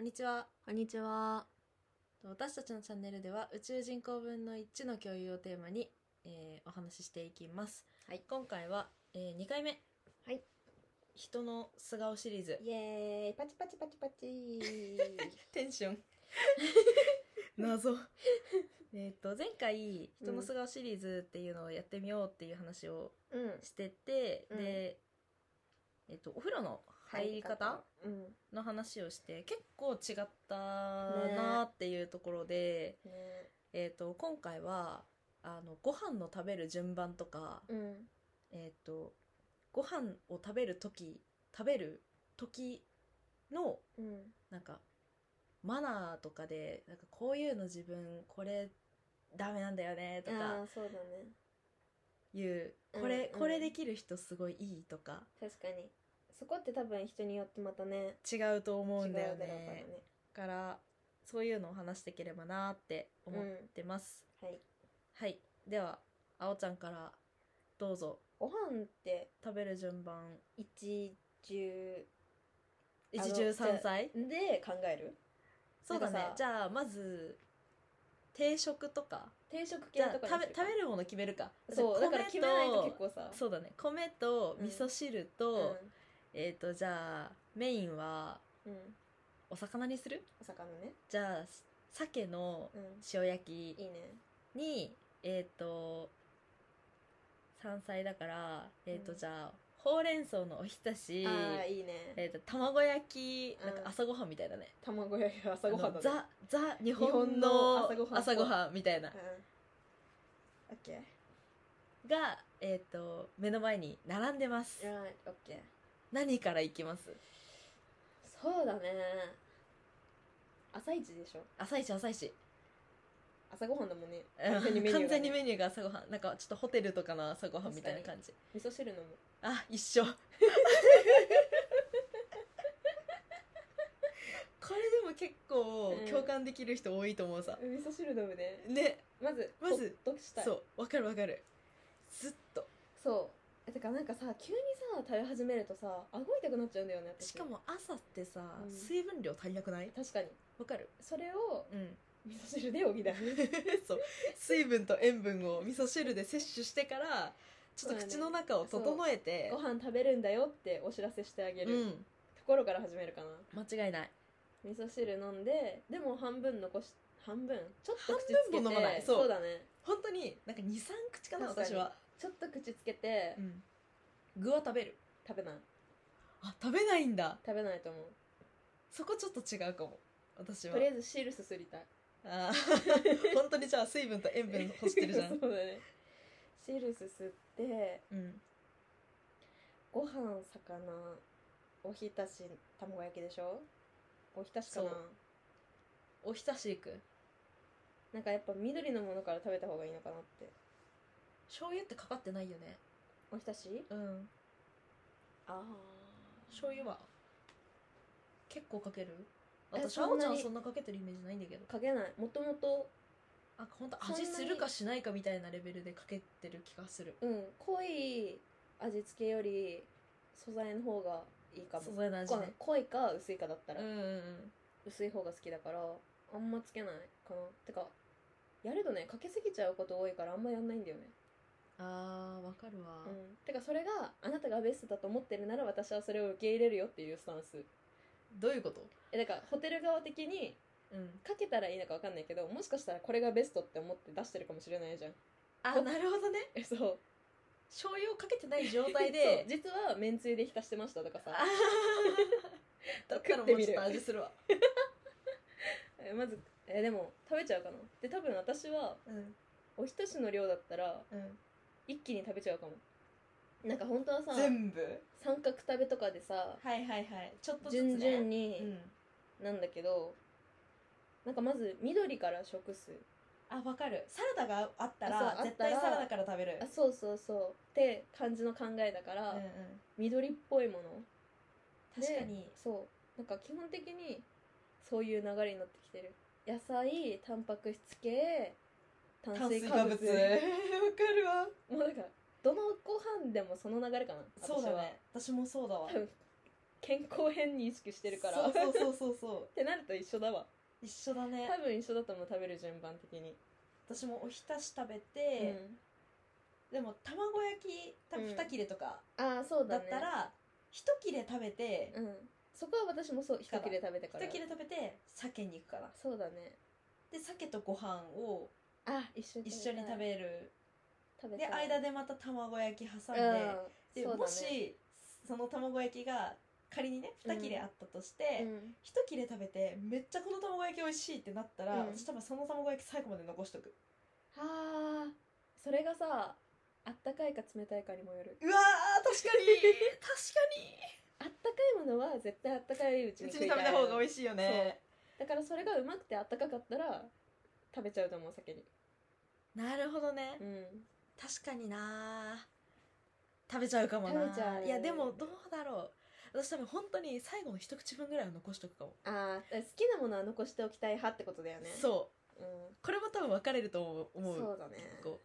んにちはこんにちは。私たちのチャンネルでは宇宙人口分の1の共有をテーマに、えーお話ししていきます、はい今回は、え2回目はい人の素顔シリーズイエーイパチパチパチパチテン ション謎えっと前回人の素顔シリーズっていうのをやってみようっていう話をうん。してて、うんで、えっとお風呂の入り方うん。の話をして結構違ったなーっていうところで、ね。えっと今回はあのご飯の食べる順番とか、うん。えっとご飯を食べる時食べる時のうん。なんかマナーとかでなんかこういうの自分これダメなんだよねとあかあ、そうだね。いううんこれ、うんこれできる人すごいいいとか確かに。そこって多分人によってまたね、違うと思うんだよね違うだろうからね。だからそういうのを話していければなーって思ってます、はい。はいではあおちゃんからどうぞご飯って食べる順番一十あの一汁三菜で考えるそうだなんねかさじゃあまず定食とか定食系じゃあとか食にべする食べるもの決めるかそう、だ米から決めないと結構さ。そうだね米とうん味噌汁と、えっ、とじゃあメインはうん。うん。お魚にするお魚ね。じゃあ鮭のうん。塩焼いきいね。にえっ、と山菜だからえっ、と、うんじゃあほうれん草のおひたしああ、いいね。えー、と卵焼きなんかうん朝ごはんみたいだね、卵焼きは朝ごはんあのだね。ザザ日本本のの朝ごはん朝ごはんみたいなうん。オッケが、えー、と目の前に並んでますー。はい、オッケー。何からいきますそうだね。朝一でしょ朝一朝一朝ごはんだもんね。完全に全メニューがねにメニューが朝ごはんなんかちょっとホテルとかの朝ごはんみたいな感じ味噌汁飲む。あ一 緒これでも結構うん共感できる人多いと思うさ、味噌汁飲むね。ねまず、まずほっとしたい。。そううわかるわかるずっとそう。えてかなんかさ、急にさ、食べ始めるとさ、顎痛くなっちゃうんだよね。私しか。も朝ってさ、うん水分量足りなくない確かに。わかるそれをうん味噌汁 で補う。そう水分と塩分を味噌汁で摂取してからちょっと口の中を整えてご飯食べるんだよってお知らせしてあげうるとんころから始めるかな。間違いない味噌汁飲んで、でも半分残し、半分ちょっと口つけて。半分も飲まないそうそうだね。本当になんか23口かな確か私には、ちょっと口つけて、うん、具は食べる食べない。あ食べないんだ食べないと思う。そこちょっと違うかも私はとりあえず汁すすりたいあー 本当にじゃあ水分と塩分欲してるじゃ ん そうだね汁すすってうんご飯魚おひたし卵焼きでしょおひたしかなそうおひたしいくなんかやっぱ緑のものから食べた方がいいのかなって醤油ってかかってないよねおひたしうんああ醤油は結構かけるえ私あそおんちなゃにんそんなかけてるイメージないんだけどかけないもともとあ本当そんなに味するかしないかみたいなレベルでかけてる気がするうん濃い味付けより素材の方がいいかも素材の味ね濃いか薄いかだったうら、んうんうん薄い方が好きだからあんまつけないかなてかやるとねかけすぎちゃうこと多いからあんまやんないんだよねあーわかるわうん、てかそれがあなたがベストだと思ってるなら私はそれを受け入れるよっていうスタンスどういうことえだからホテル側的にうんかけたらいいのか分かんないけどもしかしたらこれがベストって思って出してるかもしれないじゃん あなるほどねえそう醤油をかけてない状態で で実はめんつゆで浸してましたとかさあーだったらもうちょっと味するわえまずえでも食べちゃうかなで多分私はうんおひたしの量だったらうん一気に食べちゃうかもなんか本当はさ全部三角食べとかでさはいはいはいちょっとずつ順ね々うにんなんだけど、なんかまず緑から食すあわかるサラダがあったあらそう絶対あったサらラダから食べるあそうそうそうって感じの考えだから、うんうん緑っぽいもので確かにそうなんか基本的にそういう流れになってきてる野菜タンパク質系炭炭水水化化物物わ か るわもうだからどのご飯でもその流れかなそうだね私もそうだわ私は多分健康編に意識してるかそらうそうっそうそうそうてなると一緒だわ一緒だね多分一緒だと思う食べる順番的に、私もおひたし食べて、でも卵焼き多分うん2切れとかうん、ああそうだだねったら、一1切れ食べて、うん、そこは私もそう一切れ食べたから一切れ食べて鮭に行くからそうだねで鮭とご飯をあ一緒に一緒に食るべる、食べでたい間でまた卵焼き挟んで、うん、でそうだねもしその卵焼きが仮にね2切れあったとして、うん一切れ食べてめっちゃこの卵焼き美味しいってなったら、うん私多分その卵焼き最後まで残しとくはあそれがさあったかいか冷たいかにもよるうわー確 かにあったかいものは絶対あったかいうち確かにうちにに食べた方がい美味しいよねだからそれがうまくてあったかかったら食べちゃうと思う先になるほどねうん確かにな食べちゃうかもな食べちゃういやでもどうだろう私多分本当に最後の一口分ぐらいは残しとくかも、ああ好きなものは残しておきたい派ってことだよねそうう、うこれも多分分かれると思う思ん、そうだね結構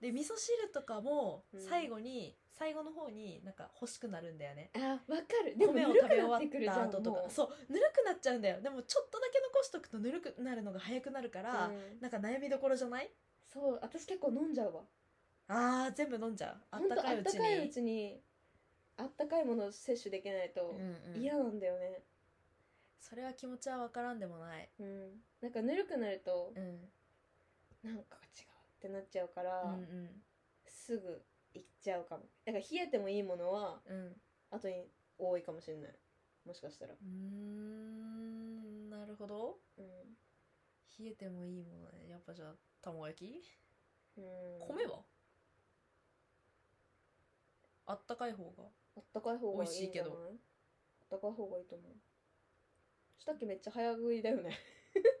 で味噌汁とかもうん最後に、最後の方になんか欲しくなるんだよねあーわかるでも米ぬをる食くべなって終くわるっじたゃん後ともかうそうぬるくなっちゃうんだよでもちょっとだけ残しとくとぬるくなるのが早くなるから、うんなんか悩みどころじゃないそう私結構飲んじゃうわあー全部飲んじゃうあほっんとたかいうちにあったかいうちにあったかいものを摂取できないとうんうん嫌なんだよねそれは気持ちは分からんでもないうん、なんかぬるくなるとうん、なんか違うってなっちゃうから、うんうんすぐ行っちゃうかもだから冷えてもいいものはうん後に多いかもしれないもしかしたらうーんなるほどうん、冷えてもいいものねやっぱじゃあ卵焼きうん、米はあったかい方があったかい方がいいんじゃ美味しないいけどあったかい方がいいと思うさっきめっちゃ早食いだよね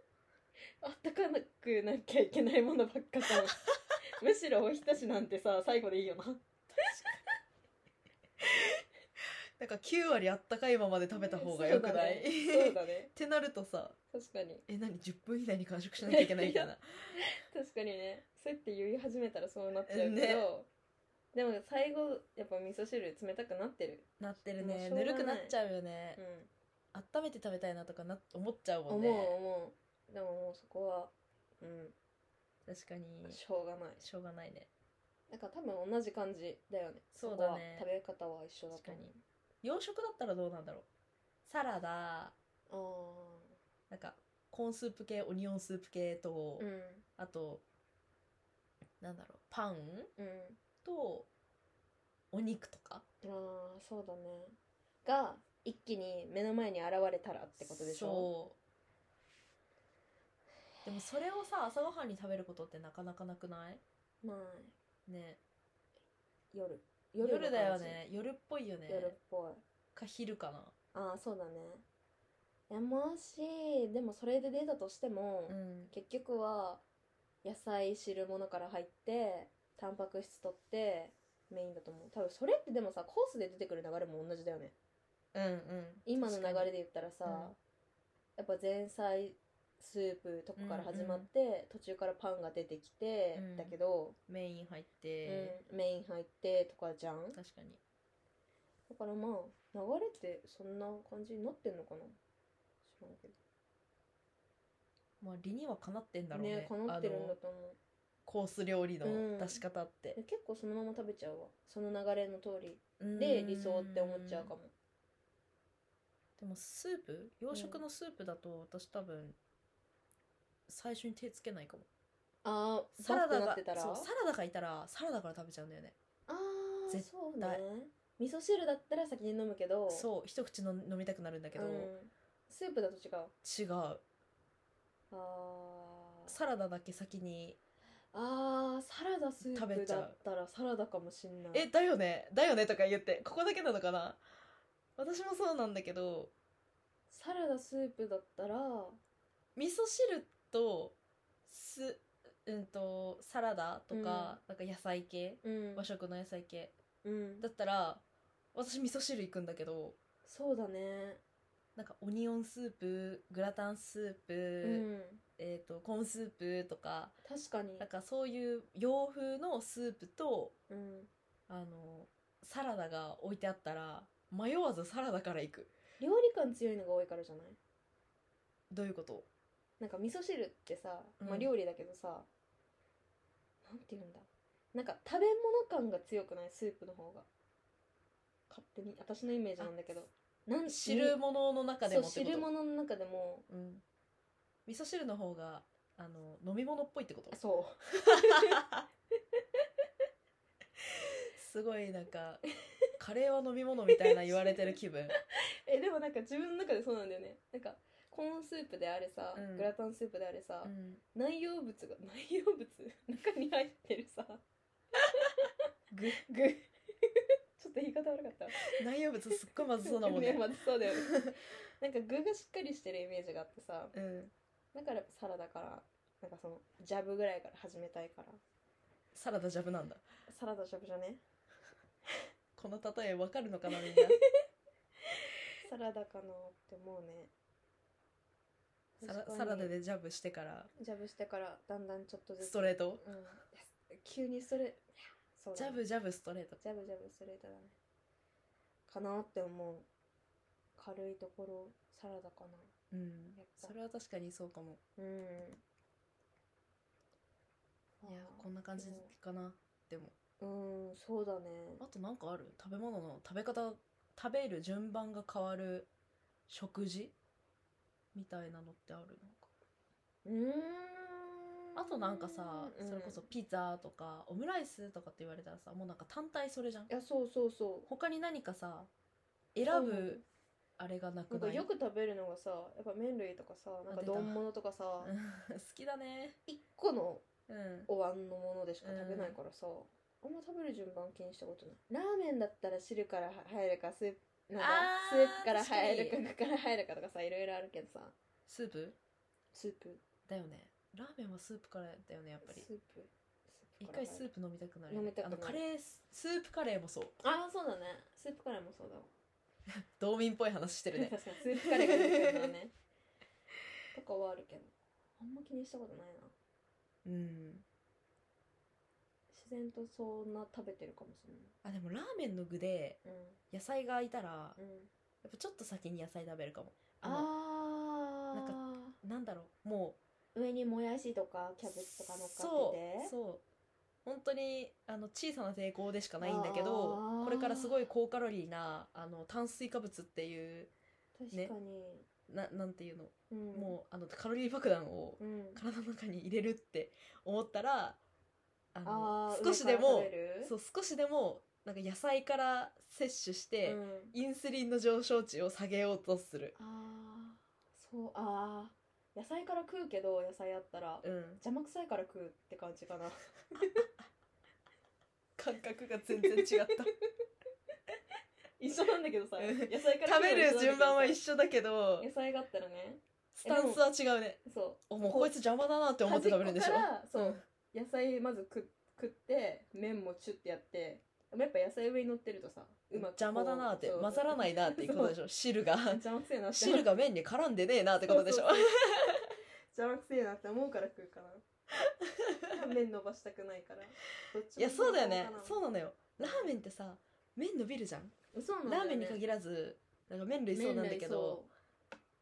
あったかくなきゃいけないものばっかさ むしろおひたしなんてさ最後でいいよななんか9割あったかいままで食べた方が良くない、そうっだねてなるとさそうだね確かにえ何10分以内に完食しなきゃいけないみたいな確かにねそうやって言い始めたらそうなっちゃうけど、ねでも最後やっぱ味噌汁冷たくなってるなってるもうしねょうぬがないるくなっちゃうよねうん、温めて食べたいなとかな思っちゃうも思んうね思うでももうそこはう確かにんしょうがないしょうがないねなんか多分同じ感じだよねそうだねそこは食べ方は一緒だと確かに洋食だったらどうなんだろうサラダ思なんかコーンスープ系オニオンスープ系と、うあーあとなんだろうパンうんうんとお肉とかああそうだねが一気に目の前に現れたらってことでしょそうでもそれをさ朝ごはんに食べることってなかなかなくないまあね夜夜の感じだよね夜っぽいよね夜っぽいか昼かなああそうだねいやもしでもそれで出たとしても、ん結局は野菜汁物から入ってタンパク質取ってメインだと思う多分それってでもさコースで出てくる流れも同じだよねうんうん今の流れでで言ったらさ、うんやっぱ前菜スープとかから始まって、途中からパンが出てきて、うんだけど、メイン入って、うんメイン入ってとかじゃん確かにだからまあ流れってそんな感じになってんのかな知らんけどまあ理にはかなってんだろうねねかなってるんあだのと思うコース料理うのん出し方ってで、結構そのまま食べちゃうわその流れの通りうんで理想って思っちゃうかもでもスープ洋食のスープだと私多分最初に手つけないかもああサラダながってたらそうサラダがいたらサラダから食べちゃうんだよねああ絶そうね対味噌汁だったら先に飲むけどうそう一口の飲みたくなるんだけど、んスープだと違う違うあーサラダだけ先にあーサラダス食ーべプちゃだうったらサラダかもしんないえだよねだよねとか言ってここだけなのかな私もそうなんだけどサラダスープだったら味噌汁とすうんとサラダとか、なんか野菜系うん和食の野菜系うんだったら私味噌汁行くんだけどそうだねなんかオニオンスープグラタンスープ、うんえー、とコーンスープとか確かになんかそういう洋風のスープとうんあのサラダが置いてあったら迷わずサラダから行く料理感強いのが多いからじゃないどういうことなんか味噌汁ってさ、まうあ、ん料理だけどさ、なんて言うんだなんか食べ物感が強くないスープの方が勝手に私のイメージなんだけどなん汁物の中でもそうってこ汁と、物の中でもうん、味噌汁の方があの飲み物っぽいってことそすごいなん かカレーは飲み物みたいな言われてる気分うえでもなんか自分の中でそうなんだよねなんかコーンスープであれさ、うんグラタンスープであれさ、うん内容物が内容物 中に入ってるさ具具 ちょっと言い方悪かった内容物すっごいまずそうなもん ねねまずそうだよねなんか具がしっかりしてるイメージがあってさうんだからやっぱサラダからなんかそのジャブぐらいから始めたいからサラダジャブなんだサラダジャブじゃねこの例えわかるのかなみんなサラダかなって思うね サラ確かにサラダでジャブしてからジャブしてからだんだんちょっとずつストレートうん急にそれそうジだャねブジャブストレートジャブジャブストレートだねかなって思う軽いところサラダかうんやっぱそれは確かにそうかもなうんいやこんな感じかなでもうんそうだねあとなんかある食べ物の食べ方食べる順番が変わる食事みたいなのってあるなんかうーんあとなんかさ、うんそれこそピザとかオムライスとかって言われたらさもうなんか単体それじゃんいやそうそうそう他に何かさ選そうなのぶあれがななくんかないよく食べるのがさやっぱ麺類とかさなんか出た丼物とかさうん 好きだね一個のうんお椀のものでしか食べないからさ、あんま食べる順番気にしたことないラーメンだったら汁から入るかスープなんかあースープから入る確かか具から入るかとかさいろいろあるけどさスープスープだよねラーメンはスープからだよねやっぱりスープ一回スーププ飲みたくなるよ飲ねみたくあなるのカレーススープカレーもそうから入るああそうだねスープカレーもそうだわ道民っぽい話してる ね確かにスープカレーが出てくるの ねとかはあるけどあんま気にしたことないなうん自然とそんな食べてるかもしれないあでもラーメンの具でう野菜が空いたらやんうんっぱちょっと先に野菜食べるかもあのあなんかあなんだろうもう上にもやしとかキャベツとか乗っかっててそうそう本当にあの小さな抵抗でしかないんだけどあーこれからすごい高カロリーなあの炭水化物っていう確かに、ななんていうの、うん、もうあのカロリー爆弾をうん、体の中に入れるって思ったらあのあー少しでも上から食べるそう少しでもなんか野菜から摂取して、うんインスリンの上昇値を下げようとする、あーそうあー野菜から食うけど野菜あったらうん、邪魔くさいから食うって感 じかな感覚が全然 違った一緒なんだけどさうん野菜から食べる順番は一緒緒だけど野菜があったらねスタンスは違うねそおもうこいつ邪魔だなってう思って食べるんでし端ょっこからそうう、ん野菜まず食食って麺もチュッてやってでもやっぱ野菜上に乗ってるとさうまくこう邪魔だなってそう混ざらないなっていうことでしょ汁が 邪魔くせえなって汁が麺に絡んでねえなってことでしょそう邪魔くせえなって思うから食うか な麺伸ばしたくないからどっちもいやそうだよねそううなのよラーメンってさ麺伸びるじゃんそうなんだラーよ、メね、ンに限らずなんか麺類そうなんだけど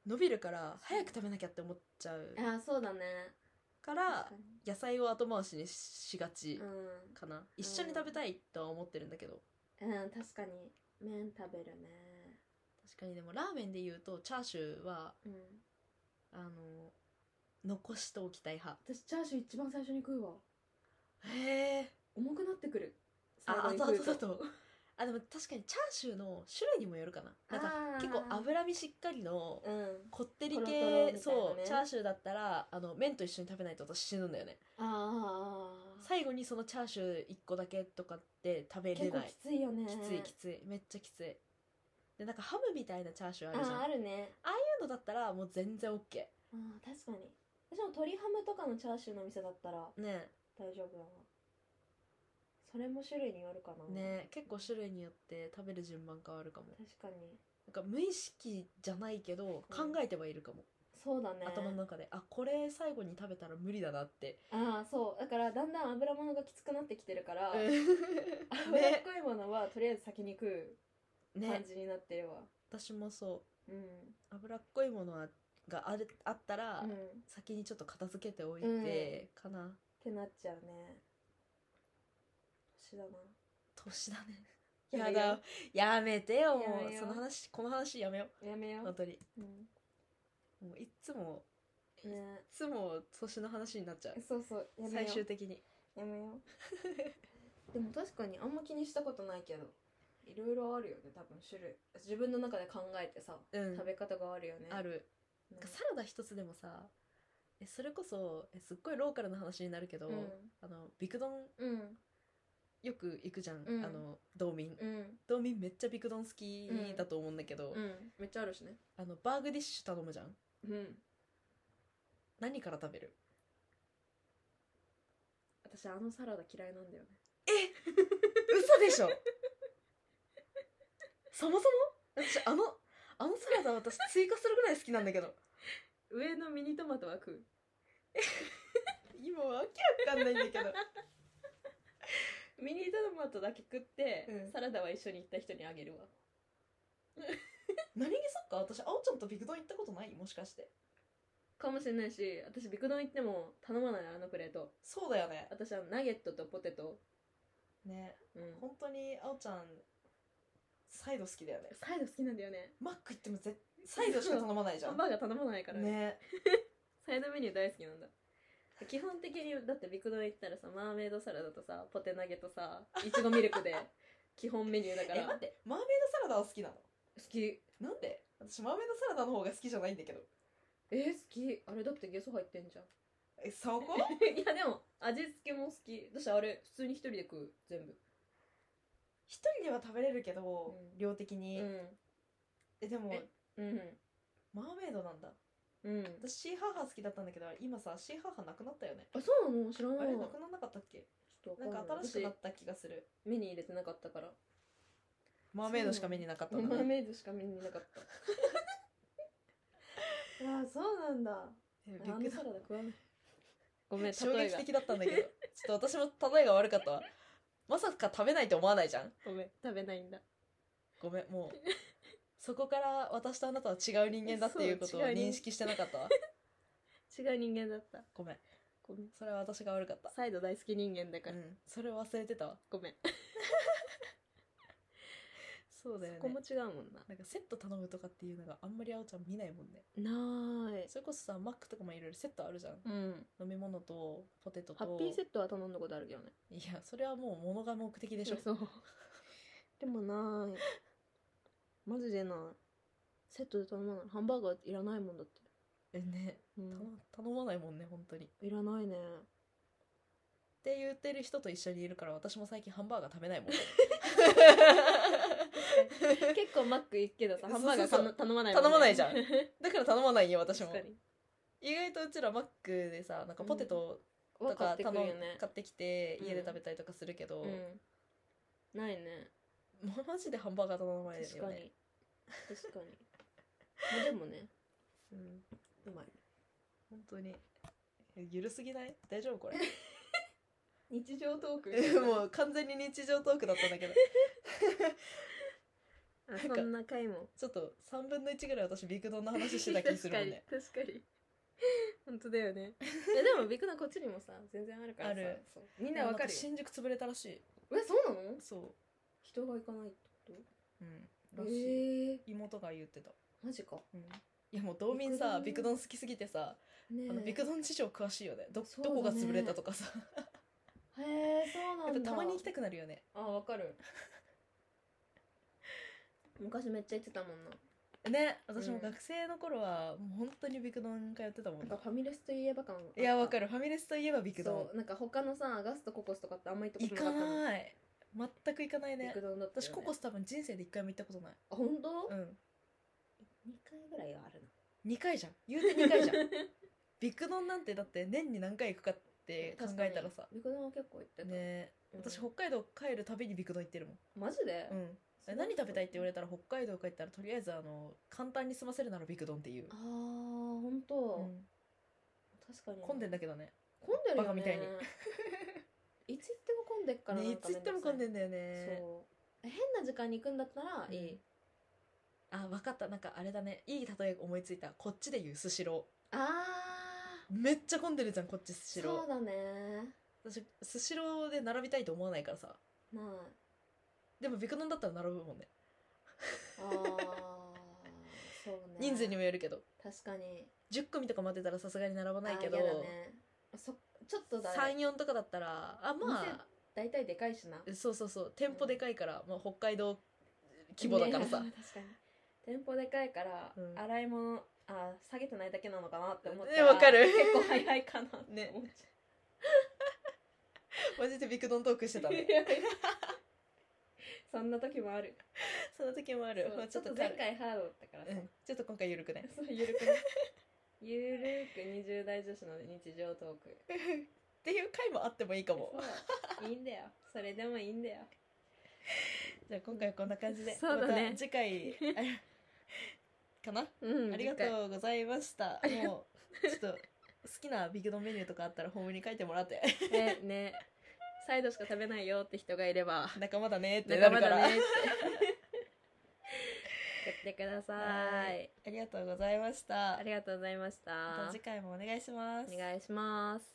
伸びるから早く食べなきゃって思っちゃう麺類そうあーそうだねから確か野菜を後回しにしがちにかな一緒に食べたいとは思ってるんだけどうん、うん、確かに麺食べるね確かにでもラーメンで言うとチャーシューはうんあの残しておきたい派私チャーシュー一番最初に食うわへえ重くなってくる最あ、後あにとあ食うとあと。あ、でも確かにチャーシューの種類にもよるかな。なんかあー結構脂身しっかりのうんこってりトロトロみたいな系、ねそう、チャーシューだったら、あの、麺と一緒に食べないと私死ぬんだよね。ああ最後にそのチャーシュー1個だけとかって食べれ結構なきい。ついよねきついきつい。めっちゃきつい。で、なんかハムみたいなチャーシューあるじゃん。ああああるねあいうのだったらもう全然 OK。あー確かに私も鶏ハムとかのチャーシューの店だったらね大丈夫だなそれも種類によるかなね結構種類によって食べる順番変わるかも。確かになんか無意識じゃないけどう考んえてはいるかも。そうだね頭の中であこれ最後に食べたら無理だなってああそうだからだんだん 油物がきつくなってきてるから、うん 脂っこいものはとりあえず先に食うね感じになってれば、私もそううん脂っこいものはがあるあったら、うん、っ先にちょっと片付けておいて、かなてなっちゃうね年だな年だねややめよだやめてよもやうめようその話この話やめよやめよう本う、当にうんもういっつもねい、っつも年の話になっちゃうそうそうやめ最よ終う的にやめよう でも確かにあんま気にしたことないけどいろいろあるよね多分種類自分の中で考えてさ、うん食べ方があるよねあるねサラダ一つでもさえそれこそえすっごいローカルな話になるけど、あのビクドンうんよく行くじゃん、うんあの道民うんうん道民めっちゃビクドン好きだと思うんだけど、うんめっちゃあるしねあのバーグディッシュ頼むじゃんうん何から食べる私あのサラダ嫌いなんだよね嘘でしょそもそも私あのあのサラダ私追加するぐらい好きなんだけど上のミニトマトは食う今わけわかんないんだけどミニトマトだけ食って、うんサラダは一緒に行った人にあげるわ 何気そっか私あおちゃんとビクドン行ったことないもしかしてかもしれないし私ビクドン行っても頼まないあのプレートそうだよね私はナゲットとポテトねうん本当にあおちゃんサイド好きだよねサイド好きなんだよねマック行っても絶サイドしか頼まないじゃハんンバーガー頼まないからねねサイドメニュー大好きなんだ基本的にだってビクドン行ったらさマーメイドサラダとさポテナゲとさいちごミルク で基本メニューだかえら待好ってマーメイドサラダは好きなのきなんで私マーメイドサラダの方が好きじゃないんだけどえー好きあれだってゲソ入ってんじゃんえそ こ いやでも味付けも好き私あれ普通に一人で食う全部一人では食べれるけど、うん量的に、うえでもえんマーメイドなんだうんうん私シーハーハー好きだったんだけど今さシーハーハーなくなったよねあそうなの知らないあれなくなんなかったっけちょっとなんわかかんない新しくなった気がする私目に入れてなかったからマーメイドしか目になかったマんだーねメイドしか目になかった ああそうなんだえびっあくのりサラダ食わない ごめん衝例え撃が的だったんだけど ちょっと私も例えが悪かったわまさか食べないと思わないじゃんごめん食べないんだごめんもうそこから私とあなたは違う人間だっていうことをそう違う人認識してなかったわ違う人間だったごめんごめんそれは私が悪かったサイド大好き人間だうから、んそれ忘れてたわごめんそうだよそこもね違うもんななんかセット頼むとかっていうのがあんまりあおちゃん見ないもんねなーいそれこそさマックとかもいろいろセットあるじゃんうん飲み物とポテトとハッピーセットは頼んだことあるけどねいやそれはもう物が目的でしょそう でもなーいマジでないセットで頼まないハンバーガーいらないもんだって、えねう頼ん、頼まないもんね本当にっいらないねて言ってる人と一緒にいるから私も最近ハンバーガー食べない もん結構マック行くけどさハンバーガーそうそうそう頼まないもんね頼ま ないじゃんだから頼まないよ私確もかに意外とうちらマックでさなんかポテトと分かかって頼くんるよね買ってきてうん家で食べたりとかするけど、うんないねもうマジでハンバーガー頼まないよね確かに確かにまあでもねうんうまい本当にえゆるすぎない大丈夫これ 日常トークえ もう完全に日常トークだったんだけどあそんな回もちょっと3分の1ぐらい私ビクドンの話してた気するもんね 確かに確かに本当だよねいやでもビクナこっちにもさ全然あるからあさるそうみんなわかるよ新宿潰れたらしいえそうなのそ人が行かないってこううんとらしい、え妹が言ってたマジかうんいやもう道民さビビククドドンン好きすぎてさ、ねえあのビクドン事情詳しいよねどそうどだねこが潰れたとかさへえそうなやっんぱだたまに行きたくなるよねあわかる昔めっちゃ行ってたもんなね私も学生の頃はもう本当にビクドン通ってたもなんんかねファミレスといえば感いやわかるるファミレスといえばビクドンそうなんか他のさガストココスとかってあんま行った行ことなかかったのない全く行かないビねクドンだった私ココスス多分人生で一回も行ったことないあ本当うん二回ぐらいはあるな2回じゃん言うて2回じゃん ビクドンなんてだって年に何回行くかって考えたらさ確かにビクドンは結構行ってた、ねうん私北海道帰るたびにビクドン行ってるもんマジで、うんえ何食べたいって言われたら北海道帰ったらとりあえずあの簡単に済ませるならビクドンっていうあ、ー本当、うん確かに混んでんだけどね混んでるよ、ね、バカみたいに いつ行っても混んでっからねないんかつ行っても混んでんだよめんどくさねいそ変な時間に行くんだったらいい、あ分かったなんかあれだねいい例え思いついたこっちで言うスシロあーめっちゃ混んでるじゃんこっちスーシロそうだねー私スシローで並びたいと思わないからさまあでもビクノンだったら並ぶもんねあーそうね人数にもよるけど確かに10組とか待ってたらさすがに並ばないけど、あー嫌だねそちょっとだね34とかだったらあま大体でかいしなあそうそうそう店舗でかいから、まあ、北海道規模だからさ、ね確かに店舗でかいから、うん洗い物あー下げてないだけなのかなって思ったねわかる結構早いかなってね思っち マジでビクドントークしてゃた う、ねそんな時もあるその時もある、そうまあ、ちょっと軽い前回ハードだったからさ、うん、ちょっと今回緩くね そうゆるくねゆるく20代女子の日常トークっていう回もあってもいいかもそういいんだよそれでもいいんだよじゃあ今回はこんな感じでそうだねまた次回 かな、うんありがうとうございましたもうちょっと好きなビクドンメニューとかあったらホームに書いてもらって えねサイドしか食べないよって人がいれば仲間だねってな仲間るから、だねって 送ってくださいありがとうございましたありがとうございましたまた次回もお願いしますお願いします